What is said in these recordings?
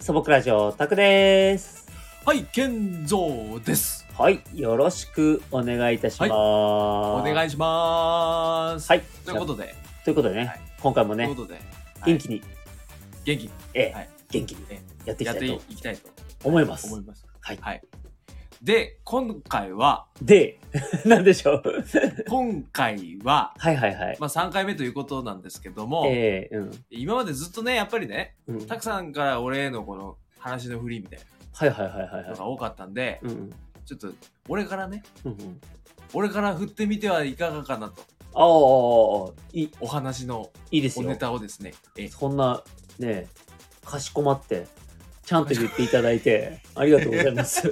素朴ラジオタクです。はい、健三です。はい、よろしくお願いいたします。おは願いいします。はい、ということで、ということでね、はい今回もというね、ことで、元気に、元気にええはい元気にえやっていやきったていいときたいと思います。思います。はいで、今回は、で、 なんで しょう。今回は、はいはいはい。まあ3回目ということなんですけども、ええ今までずっとね、やっぱりね、うん、うん。たはいくさんから俺へのこの話のフリーみたいはいはいはいなのはが多かったんでい。、うんうんちょっと俺からね、うんうん。俺から振ってみてはいかがかなと、ああああああ、いいお話のいいですおよネ。タをですね、ええそんなね、かしこまって。ちゃんと言っていただいて、ありがとうござい ます。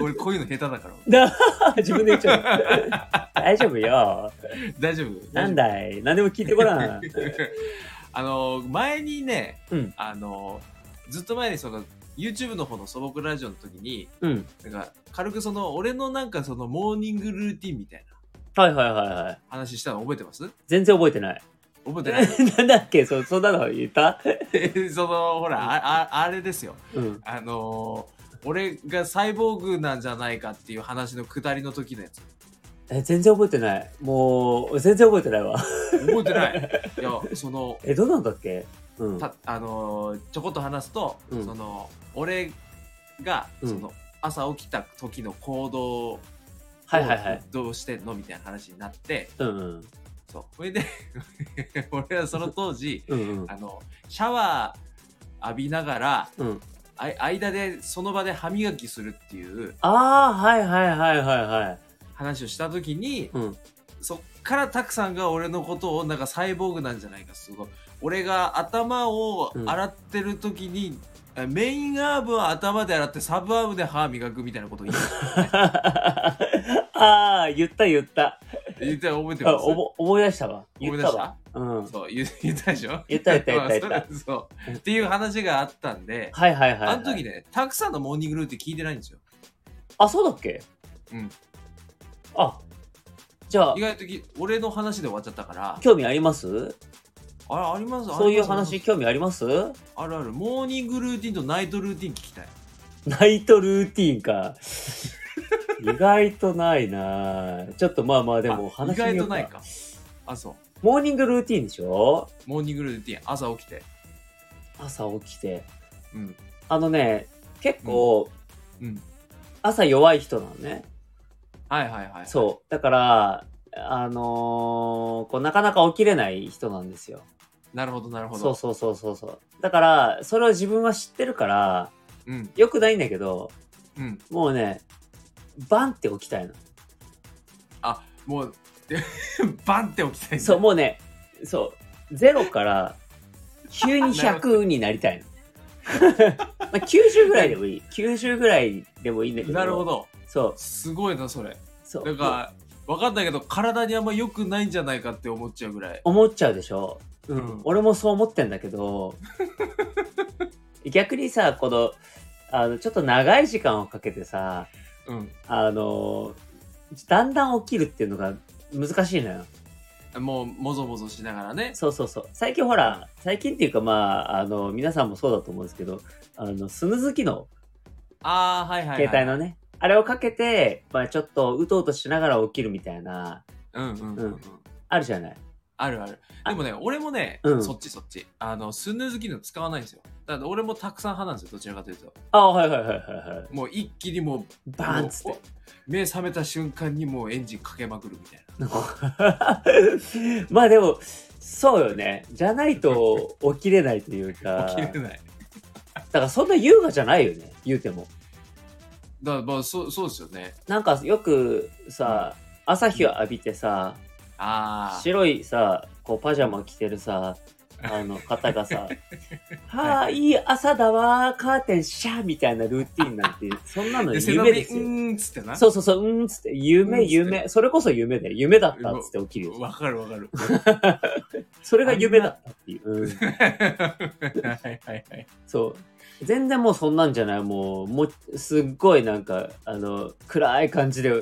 俺こういうの下手だから。な 自分で言っちゃうの。大丈夫よ。大丈夫なんだい。何でも聞いてごらん。 あの前にね、うんあのずっと前にその YouTube の方の素朴ラジオの時にうん。なんか軽くその俺のなんかそのモーニングルーティンみたいなはいはいはいはい。話したの覚えてます全然覚えてない。 覚えなんだっけそそんなの言ったて ないそのほらあああれですようん。あの俺がサイボーグなんじゃないかっていう話のくだりの時のやつえ、全然覚えてない。もう、全然覚えてないわ。覚えてない いやそのえ、どうなんだっけうん。たあのーちょこっと話すと、うんその俺がうんその朝起きた時の行動をはいはいはい。どうしてんのみたいな話になってうんうん。そうそれで 俺はその当時うんうん。あのシャワー浴びながらうん。あい間でその場で歯磨きするっていうああ、はいはいはいはいはい。話をした時にうん。 そっからたくさんが俺のことをなんかサイボーグなんじゃないかその俺が頭を洗ってる時に、あメインアームは頭で洗ってサブアームで歯磨くみたいなことを言ってああー、言った言った。言って覚え てあますおぼ思い出したわ。言思っい出たしわた。うん。そう言言ったでしょ言った言った言った言ったま あそれそうっていう話があったんで、はいはいはい、はい。あの時ねたくさんのモーニングルーティン聞いてないんですよあ、そうだっけうん。あ、じゃあ意、外とき俺の話で終わっちゃったから興味ありますあれありますそういうあります話興味ありますあるあるモーニングルーティンとナイトルーティン聞きたいナイトルーティンか。 意外とないなぁちょっとまあまあでもあ話意外によとっないたかあそうモーニングルーティンでしょモーニングルーティン朝起きて朝起きて。うんあのね、結構うん朝弱い人なのね。はいはいはいそう。だから、あのーこうなかなか起きれない人なんですよ。なるほどなるほどそうそうそうそうそう。だから、それを自分は知ってるから、うんよくないんだけど、うんもうね、バンって起きたいの。もう バンって起きたいんだそう、もうね、そう、0から急 に100になりたいの。 まあ90ぐらいでもいい。90ぐらいでもいいんだけど。なるほ。どそう、すごいなそれそう。なもんうかわかんないけど体にあんま良くないんじゃないかって思っちゃうぐらい思っちゃうでしょ。うん。うん俺もそう思ってんだけ ど、逆にさ、この、あの、ちょっと長い時間をかけてさ、うんあの、だんだん起きるっていうのが難しいのよ。もうもぞもぞしながらねそうそうそう。最近ほら、最近っていうかまあ、あの、皆さんもそうだと思うんですけど、あの、スヌズ機能、ああはいはい、はい、携帯のね、あれをかけて、まあちょっとうとうとしながら起きるみたいな、うんうんうん、ううんん、あるじゃない。あるあるあでもね俺もね、うんそっちそっちあのスヌーズ機能使わないんですよだから俺もたくさん派なんですよどちらかというとああ、はいはいはいはいはい。もう一気にもうバーンっつっもう目覚めた瞬間にもうエンジンかけまくるみたい なて。 まあでも、そうよね。じゃないと起きれないというか、起きれないだからそんな優雅じゃないよね、言うても。だからまあそうそうですよねなんかよくさ、朝日を浴びてさ、ああ白いさこうパジャマ着てるさあの方が さ「はあいい朝だわーカーテンシャー」みたいなルーティンなんて そんなので背夢伸びですうよ。ーんっつってなそうそうそう、うんっつって、夢、うんっつって夢、それこそ夢で、夢だったっつって起きるよ。わかるわかるそれが夢だったっていう。うんはいはいはいそう。全然もうそんなんじゃない、もう、もうすっごいなんか、あの、暗い感じ で、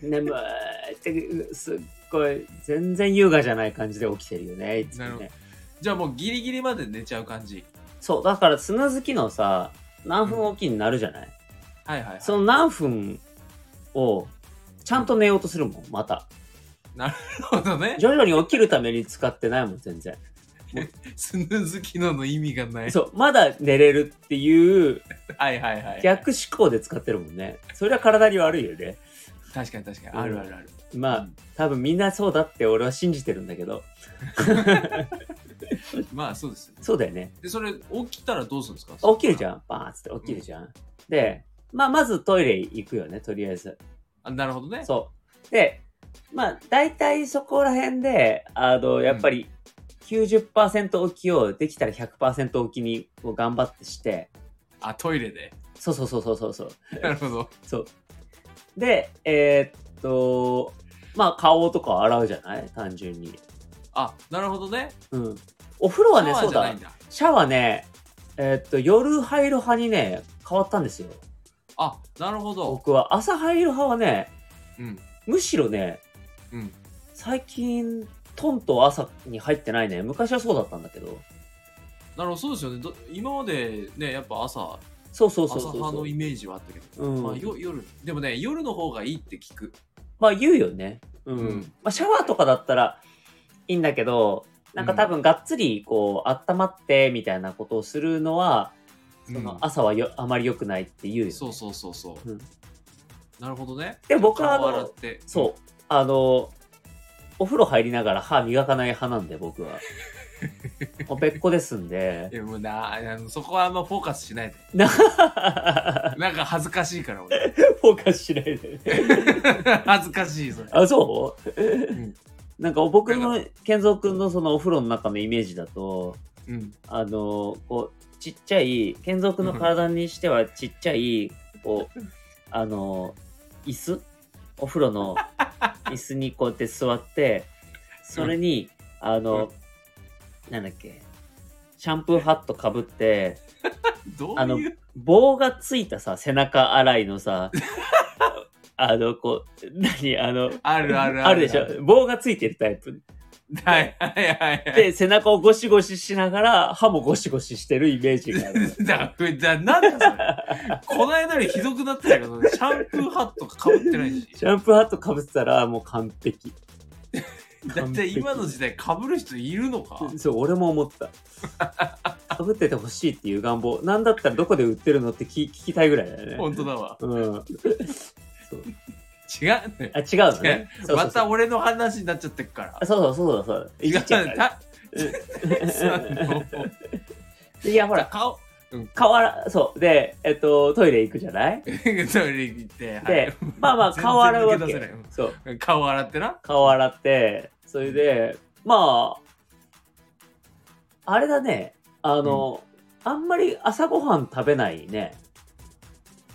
眠いって、すっごい、全然優雅じゃない感じで起きてるよね、いつもなるほね。じゃあもうギリギリまで寝ちゃう感じ。そう、だから砂好きのさ、何分おきになるじゃない、はいはい、はい。その何分を、ちゃんと寝ようとするもん、また。なるほどね。徐々に起きるために使ってないもん、全然。スヌーズ機能の意味がない。そう、まだ寝れるっていうはいはいはい。逆思考で使ってるもんね。それは体に悪いよね。確かに確かに。うんあるあるある。まあ、多分みんなそうだって俺は信じてるんだけど。まあそうですよね。そうだよね。で、それ起きたらどうするんですか起きるじゃん。ゃん。バーンっつって起きるじゃん。で、まあ、まずトイレ行くよね、とりあえず。あなるほど ね。そう。で、まあ、大体そこら辺で、あの、やっぱり90%起きをできたら100%起きにを頑張ってして、あ、トイレで。そうそうそうそうそうそう。なるほど。そう。で、えーっと、まあ、顔とか洗うじゃない単純に。あ、なるほどね。うん。お風呂はね、シャワそーうじゃないだん。だ。シャワーね、えーっと、夜入る派にね、変わったんですよ。あ、なるほど。僕は。朝入る派はね、うん。むしろね、うん。最近トンと朝に入ってないね昔はそうだったんだけどなるほど、そうですよね。ど今までね、やっぱ朝、そうそう朝そうそう派そのうイメージはあったけど。うんまあ、よ夜。でもね、夜の方がいいって聞く。まあ言うよねうん、うんまあ、シャワーとかだったらいいんだけどなんか多分がっつりこう温まってみたいなことをするのは、その朝はよあまり良くないって言うよ、ね、そうそうそうそう。うんなるほどね。で僕はあ顔洗のって。そうあのお風呂入りながら歯磨かない派なんで 僕はおべっこですんでいやもうなあのそこはあんまフォーカスしないで。なフなんか恥ずかしいから 俺。ォーカスしないでね恥ずかしいそれ。あ、そう、んなんか僕の、健三君のそのお風呂の中のイメージだと、うん。あの、こう、ちっちゃい、健三君の体にしてはちっちゃい、こう、あの、椅子お風呂の椅子にこうやって座って、それに、あの、なんだっけ、シャンプーハットかぶって、どあうのいう、棒がついたさ、背中洗いの さ、あの、こう、何、あの、あるあるあるでしょ棒がついてるタイプ。はいはいはいはい。で、背中をゴシゴシしながら、歯もゴシゴシしてるイメージがあ る。だからこれだなんだそれ。この間よりひどくなってたけど、シャンプーハットかぶってないし。シャンプーハットかぶってたら、もう完璧。だって今の時代かぶる人いるのか。 そう、俺も思った。 かぶっててほしいっていう願望。なんだったらどこで売ってるのって聞聞きたいぐらいだよね。本当だわ。うん。そう違うね。あ、違うのね。そうそまうそうた俺の話になっちゃってっから。あそうそうそうだそうだ。い違じっちゃううかね。らたさんの ね。いや、ほら、顔。顔洗う、そう。で、えっと、トイレ行くじゃないトイレ行って、はいで、まあまあ、顔洗うわ 全然抜けけ出せ。そう。ない顔洗ってな。顔洗って、それで、まあ、あれだね、あの、あんまり朝ごはん食べないね。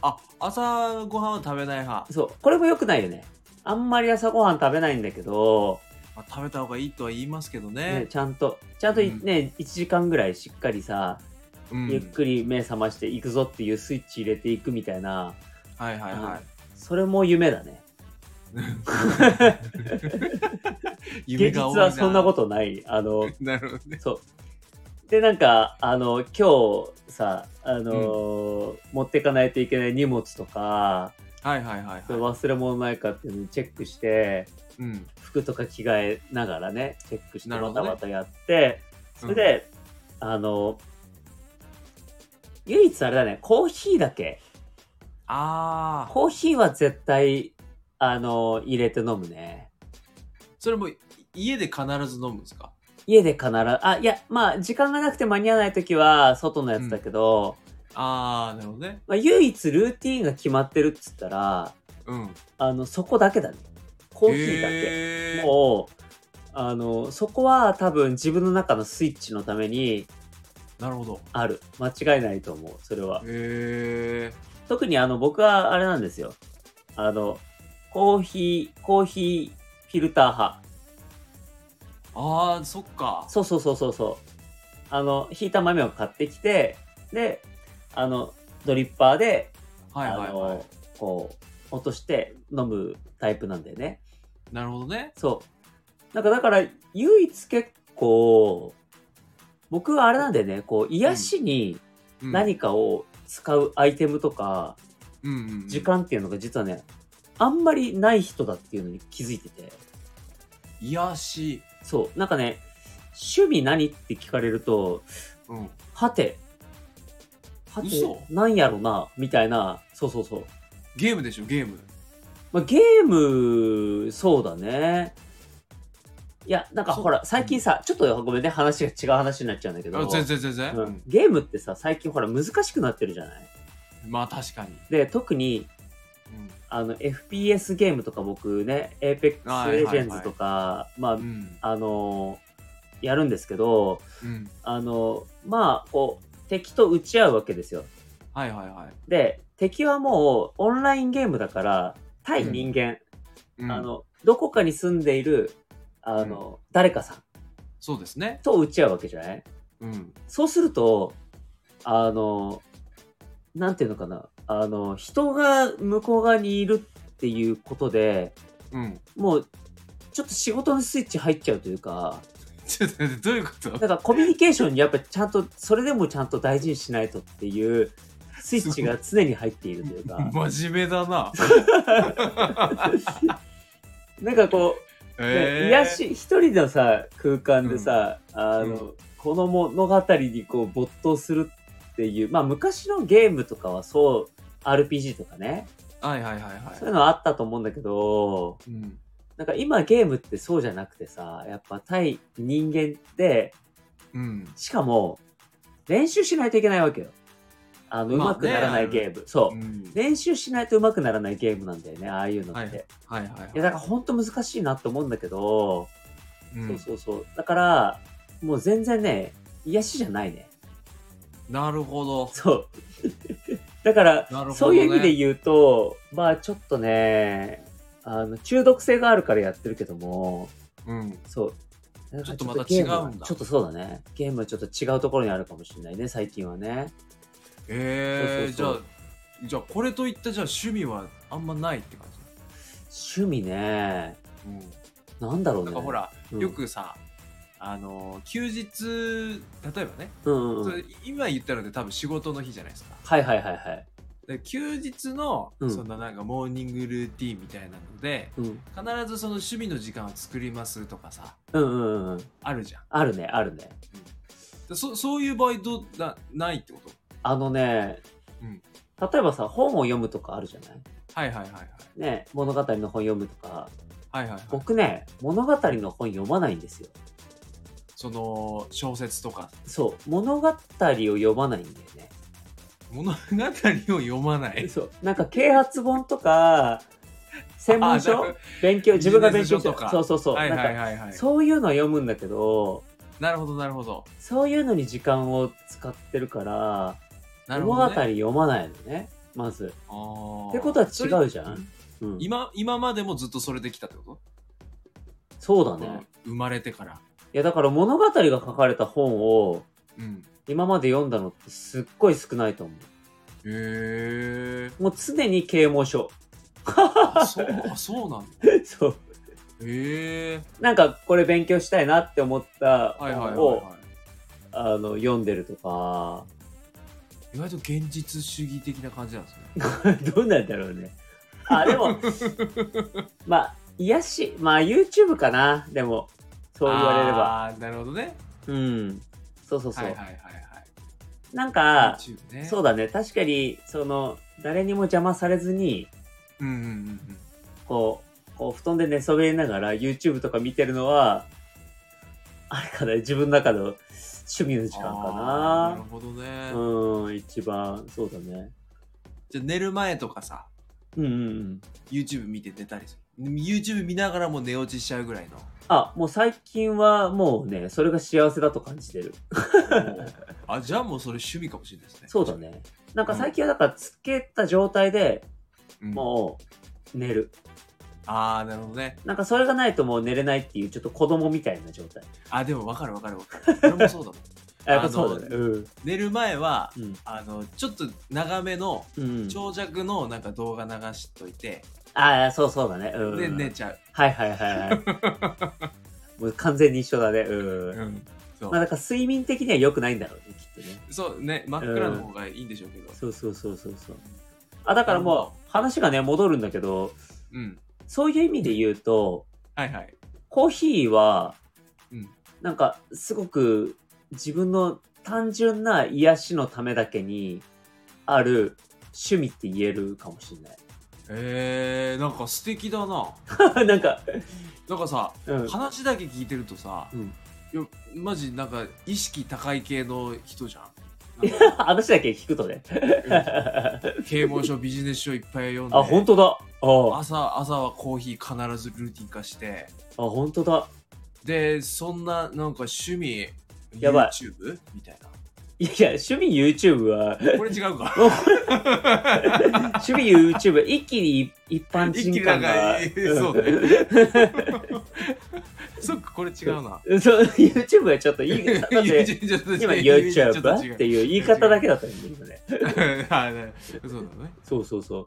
あ、朝ごはんは食べない派。そう、これも良くないよね。あんまり朝ごはん食べないんだけど、まあ、食べた方がいいとは言いますけどね、ね。ちゃんと、ちゃんというんね、1時間ぐらいしっかりさ、うんゆっくり目覚ましていくぞっていうスイッチ入れていくみたいな、はいはいはそれも夢だね。い。。現実はそんなこととない。あの、なるほどね。そう。で、なんか、あの、今日さ、あのー持ってかないといけない荷物とか、はいはいはいそれは忘れ物ないかっていうのをチェックして、い。うん。服とか着替えながらね、チェックしてなるバほどタねバタやって、それで、あの、唯一あれだね、コーヒーだけ。ああ、コーヒーは絶対、あの、入れて飲むね。それも家で必ず飲むんですか家で必ず、あ、いや、まあ、時間がなくて間に合わないときは、外のやつだけど、ああ、なるほどね。まあ、唯一ルーティーンが決まってるっつったらうん。あのそこだけだねコーヒーだけ、けもうあのそこは多分自分の中のスイッチのためになるほど。ある間違いないと思うそれはへえ。特にあの僕はあれなんですよあのコーヒーコーヒーフィルター派ああ、そっか。そうそうそうそうそうあのひいた豆を買ってきてであのドリッパーで、はいはいあはのこう落として飲むタイプなんだよねい。なるほどね。そう。なんかだから、唯一結構、僕はあれなんだよね、こう、癒しにうん何かを使うアイテムとか、うんうんうん時間っていうのが実はね、あんまりない人だっていうのに気づいてて。癒し、そう。なんかね、趣味何って聞かれると、うん、はて、はて嘘、なんやろな、みたいな、そうそうそう。ゲームでしょゲームまあ、ゲーム、そうだね。いや、なんかそうほら、最近さ、ちょっとごめんね、話が違う話になっちゃうんだけど、あ全然全然、うんゲームってさ、最近ほら、難しくなってるじゃないまあ確かに、で、特に、あの、FPS ゲームとか僕ね、Apex はいはいはい Legends とか、まうんうんあ、あのやるんですけど、うん、あのまあ、こう、敵と打ち合うわけですよ。はいはいはい、で、敵はもう、オンラインゲームだから、対人間、うんあの、どこかに住んでいる、あの、誰かさんそうですね、と打ち合うわけじゃないうん、そうすると、あの、なんていうのかな、あの、人が向こう側にいるっていうことで、うん、もう、ちょっと仕事のスイッチ入っちゃうというか、ちょっと待ってどういうことなんかコミュニケーションにやっぱちゃんと、それでもちゃんと大事にしないとっていう、スイッチが常に入っているという か、真面目だな。なんかこう、えねー癒し一人のさ空間でさ、あのうんこの物語にこう没頭するっていうまあ昔のゲームとかはそう RPG とかねはいはいはいそうはいうのあったと思うんだけどい。うん、なんか今ゲームってそうじゃなくてさやっぱ対人間ってうん、しかも練習しないといけないわけよあの、まあねうまくならないゲームそうう、ん練習しないとうまくならないゲームなんだよねああいうのって、、はいいはいはいはい。やだからほんと難しいなと思うんだけどうんそうそうそう。だから、もう全然ね、癒しじゃないね。なるほど。そう。 だから、なるほどねそういう意味で言うと、まあちょっとね、あの中毒性があるからやってるけども、うん、そう。ちょっとまた違うんだなんかちょっとゲームはちょっとそうだね。ゲームはちょっと違うところにあるかもしれないね、最近はね。えー、そうそうじゃあ、じゃあこれといったじゃあ趣味はあんまないって感じ。趣味ね、なんだろう、うんなね。んかほら、うんよ、くさ、あの休日例えばね、うんうんうそん、れ今言ったので多分仕事の日じゃないですか。はいはいはいはい。で休日の、うんそんななんかモーニングルーティンみたいなのでうん、必ずその趣味の時間を作りますとかさうんうんうんうん。あるじゃんあるね、あるね。でそそういう場合どなないってことあのね、うん例えばさ、本を読むとかあるじゃないはいはいはいはいね、物語の本読むとか、はいはいはい僕ね、物語の本読まないんですよ。その小説とかそう、物語を読まないんだよ物語を読まなね。いそう、なんか啓発本と か、専門あな書る勉強、自分が勉強しビジてネス書とかそうそうそう。はいはいなんかはいはいそういうの読むんだけど、なるほどなるほどそういうのに時間を使ってるから、なる物ほ語ど、ね、読まないのね、まず。物ってことは違うじゃんうん、今今までもずっとそれできたってこそうだと、ね。生まれてからいや、だから物語が書かれた本をうん今まで読んだのってすっごい少ないと思へ えう。もう常に啓蒙書。 あそうあそうなんだそう。へえなんかこれ勉強したいなって思ったはいはいはい、本をはあの読んでるとか、 い、意外と現実主義的な感じなんですねどうなんだろうね。あ、で も、まあ、癒し、まあ YouTube かな、でも、そう言われれば。あーなるほどねうん。そうそうそう。はいはいはいなんはいか、 YouTube ねそうだね、確かに、その、誰にも邪魔されずに、うんうんうんうんこう、こう布団で寝そべりながら YouTube とか見てるのは、あれかな、自分の中の趣味の時間あーなるかほどねな。、うん、一番、そうだね。じゃあ寝る前とかさうんうんうん。 YouTube 見て寝たりする YouTube 見ながらもう寝落ちしちゃうぐら いのあ、もう最近はもうね、それが幸せだと感じてる。もうあじゃあもうそれ趣味かもしれないですねそうだ、ね。なんか最近はだからつけた状態でうんもう寝る。ああなるほどねなんかそれがないともう寝れないっていうちょっと子供みたいな状態。あでも分かる分かる分かる俺もそうだもんあやっぱそうだね。うん。寝る前はうん。あのちょっと長めのうん、長尺のなんか動画流しといて、ああ、そうそうだね。うん。で寝ちゃう、 はいはいはいはい。もう完全に一緒だね。うん。ん、そどまあ、だから睡眠的には良くないんだろうね、きっとね。そうね真っ暗の方がいいんでしょうけどそうそうそうそうそう。あ、だからもう、話がね、戻るんだけど、うんそういう意味で言うと、はいはいコーヒーは、うんなんか、すごく自分の単純な癒しのためだけにある趣味って言えるかもしれえー、なんか素敵だなない。 なんか、なんかさうん。話だけ聞いてるとさ、うんいやマジなんか意識高い系の人 じゃんなんか話だけ聞くと ね。啓蒙書ビジネス書いっぱい読んであ、本当だ。ああ、朝朝はコーヒー必ずルーティン化して本当だ。でそんななんか趣味やばい YouTube? みたいないやいや、趣味 YouTube は、これ違 うか趣味 YouTube 一気に一般一人気にな感んかが。そうね そっかこれ違うなうん そう、YouTube はちょっと いい。だって、ちょっと今ちょっ と違 YouTube うっていう言い方だけだったんだよね。はいはいそうだねそうそうそう。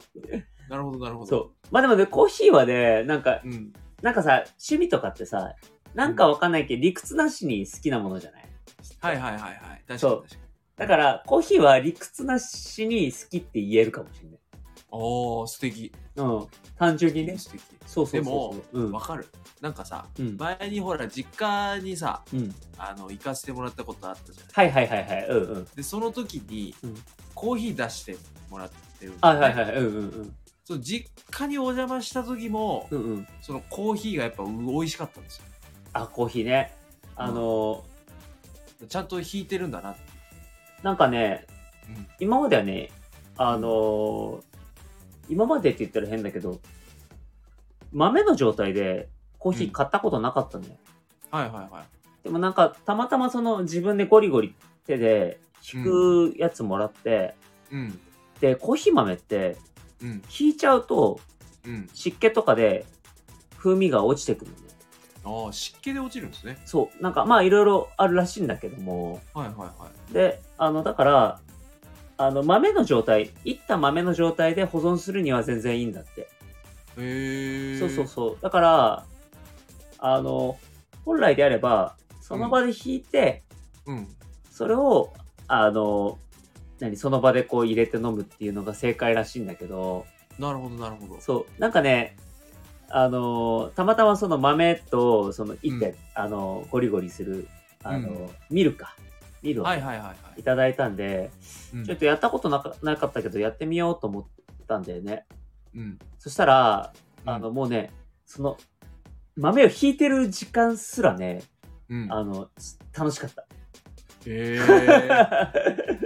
なるほどなるほどそう。まあでもね、コーヒーはね、なんか、うんなんかさ、趣味とかってさ、なんかわかんないけど、理屈なしに好きなものじゃないはいはいはいはい確かそにう確かにだから、コーヒーは理屈なしに好きって言えるかもしれない。おー素敵うん。単純にね。素敵そうそうそうそう。わかるなんかさうん。うん。前にほら実家にさうん。あの行かせてもらったことあったじゃないはいはいはいはい。うんうん。でその時に、うんコーヒー出してもらってるんだあ、よねはいはい。うんうんうん。そう実家にお邪魔した時も、うんうん。そのコーヒーがやっぱう美味しかったんですよあ、コーヒーね。あのちゃんと引いてるんだなって、ー、なんかね、うん今まではね、あのー、今までって言ったら変だけど、豆の状態でコーヒー買ったことなかったんだよ。はいはいはいでもなんか、たまたまその自分でゴリゴリ手で引くやつもらって、うんで、コーヒー豆ってうん引いちゃうとうん湿気とかで風味が落ちてくるのね。ああ湿気で落ちるんですねそう。なんかまあいろいろあるらしいんだけども、はいはいはいで、あの、だから、あの、豆の状態、いった豆の状態で保存するには全然いいんだって。へえそうそうそう。だから、あの、本来であれば、その場で引いて、ううんそれを、あの、何、その場でこう入れて飲むっていうのが正解らしいんだけど、なるほどなるほどそう、なんかね、あの、たまたまその豆と、その、いって、うんあの、ゴリゴリする、あの、うミルか。ミルをはいはいはいはいただいたんで、いうんちょっとやったことなかなかったけど、やってみようと思ったんだよね。うんそしたら、うんあの、もうね、その、豆を引いてる時間すらね、うんあの、す楽しかった。へ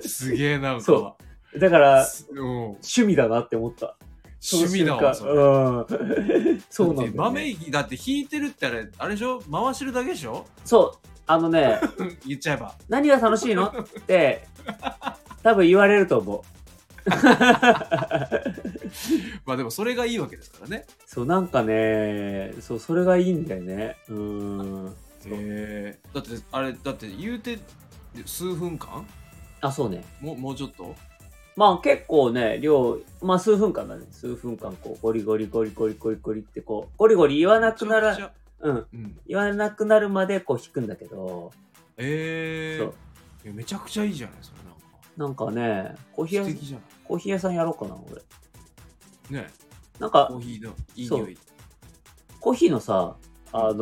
えすげえなんかそ だから、すうん趣味だなって思った。その趣味だわそ瞬れ間うん。 そうなんだよ、ね。豆ひだって引いてるってあれあれでしょ回してるだけでしょ そう。あのね、言っちゃえば何が楽しいのって、多分言われると思う。まあでもそれがいいわけですからねそう、なんかね、そう、それがいいんだよね。うん。へえだってあれだって言うて数分間あ、そうね。もうもうちょっとまあ結構ね、量、まあ数分間だね。数分間こう、ゴリゴリゴリゴリゴリゴリってこう、ゴリゴリ言わなくなめちら、ゃくちうん、ゃうん言わなくなるまでこう弾くんだけど、えそう、えめちゃくちゃいいじゃないそれなんかなんかね、コーヒー素屋、敵じゃコーヒー屋さんやろうかな、俺。ないねなんコかー、ヒーのいいそう匂いコーヒーのさ、あのー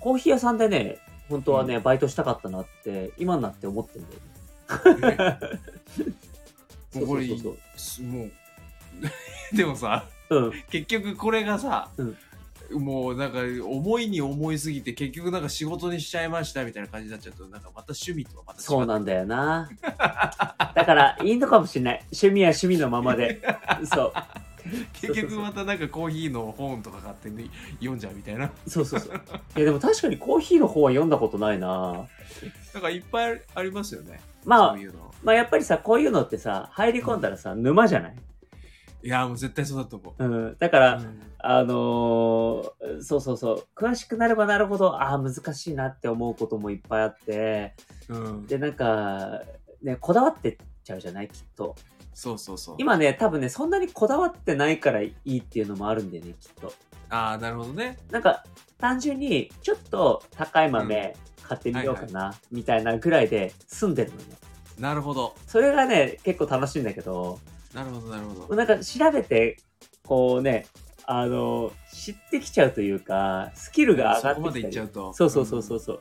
コーヒー屋さんでね、本当はね、バイトしたかったなって、今になって思ってんだよね。もうこれそうそうすもう でもさそう。う ん。結局これがさ、うんもうなんか思いに思いすぎて結局なんか仕事にしちゃいましたみたいな感じになっちゃうとなんかまた趣味とはまた違そうなんんだよな。だから、いいのかもしれない。趣味は趣味のまま で。そう。結局またなんかコーヒーの本とか買って、ね、読んじゃうみたいなそうそうそう。いやでも確かにコーヒーの方は読んだことないな。なんかいっぱいありますよねまそあう、いうのまあやっぱりさ、こういうのってさ、入り込んだらさ、沼じゃないいやもう絶対そうだと思う、うん。だから、うんあのーそうそうそう、詳しくなればなるほど、ああ、難しいなって思うこともいっぱいあって、うんで、なんか、ね、こだわってっちゃうじゃないきっと。そうそうそう今ね、多分ね、そんなにこだわってないからいいっていうのもあるんだよね、きっと。ああなるほどねなんか、単純に、ちょっと高い豆、買ってみようかな、みたいなぐらいで済んでるのね。なるほどそれがね、結構楽しいんだけど、なるほどなるほどなんか調べて、こうね、あの、知ってきちゃうというか、スキルが上がそっこまてでいっきちたゃうり。とそうそうそうそうう、そう。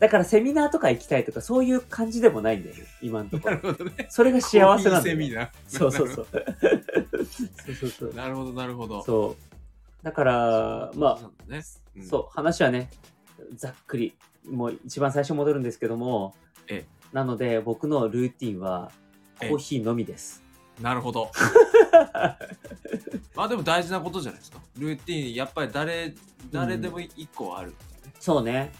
だからセミナーとか行きたいとか、そういう感じでもないんだよね、今のとこなろる。ほどねそれが幸せなんだセよ、ミね。ナーそうそうそう。そうそうそう。 なるほどなるほどそう。だから、まあ、あねうんそう、話はね、ざっくり、もう一番最初に戻るんですけどもええ、なので僕のルーティンはコええーヒーのみです。なる ほどまあでも大事なことじゃないですかルーティンやっぱり誰誰でも一個はある、、そうね。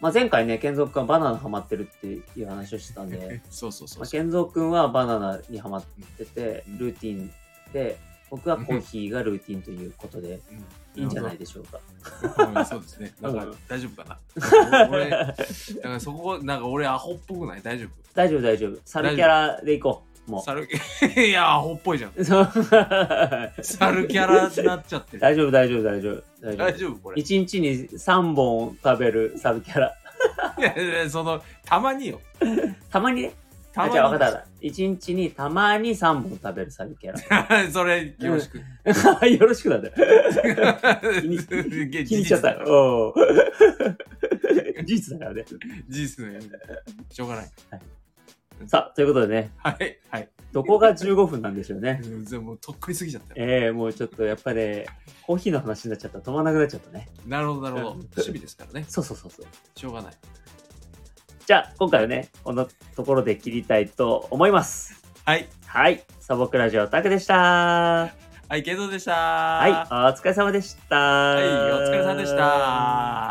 まあ、前回ね、健三君はバナナハマってるっていう話をしてたんで そうそうそまうあ、そう健三君はバナナにハマっててうん、ルーティンで、僕はコーヒーがルーティンということで、うんいいんじゃないでしょうか。うんそうですね。なん うかん大丈夫かな。 俺、なんかそこ、なんか俺アホっぽくない大丈大丈夫、大丈夫。サルキャラでいこう。夫。もサル、 いや、アホっぽいじゃん。う。 そうサルキャラになっちゃって る。大丈夫、大丈夫、大丈夫。大丈夫大丈夫これ。い一日に3本食べるサブキャラ。やいやその、たまによ。たまにね。たまあに。じゃあ分かった分かった。一日にたまに3本食べるサブキャ それ、よろしく。ラ。 よろしくなんだよ。気 に に気にしちゃった。事おう 事実だからね。実ね。しょうがない。さあ、ということでね、はい。はい。どこが15分なんでしょう ね。うん全部もうとっくりすぎちゃったよ。ええもうちょっとやっぱり、ね、コーヒーの話になっちゃったら止まんなくなっちゃったね。なるほど、なるほど。趣味ですからね。そうそうそうそう。しょうがない。じゃあ、今回はね、このところで切りたいと思います。はい。はい。サボクラジオタクでした。はい、ケイゾウでした。はい。お疲れ様でした。はい、お疲れ様でし。た。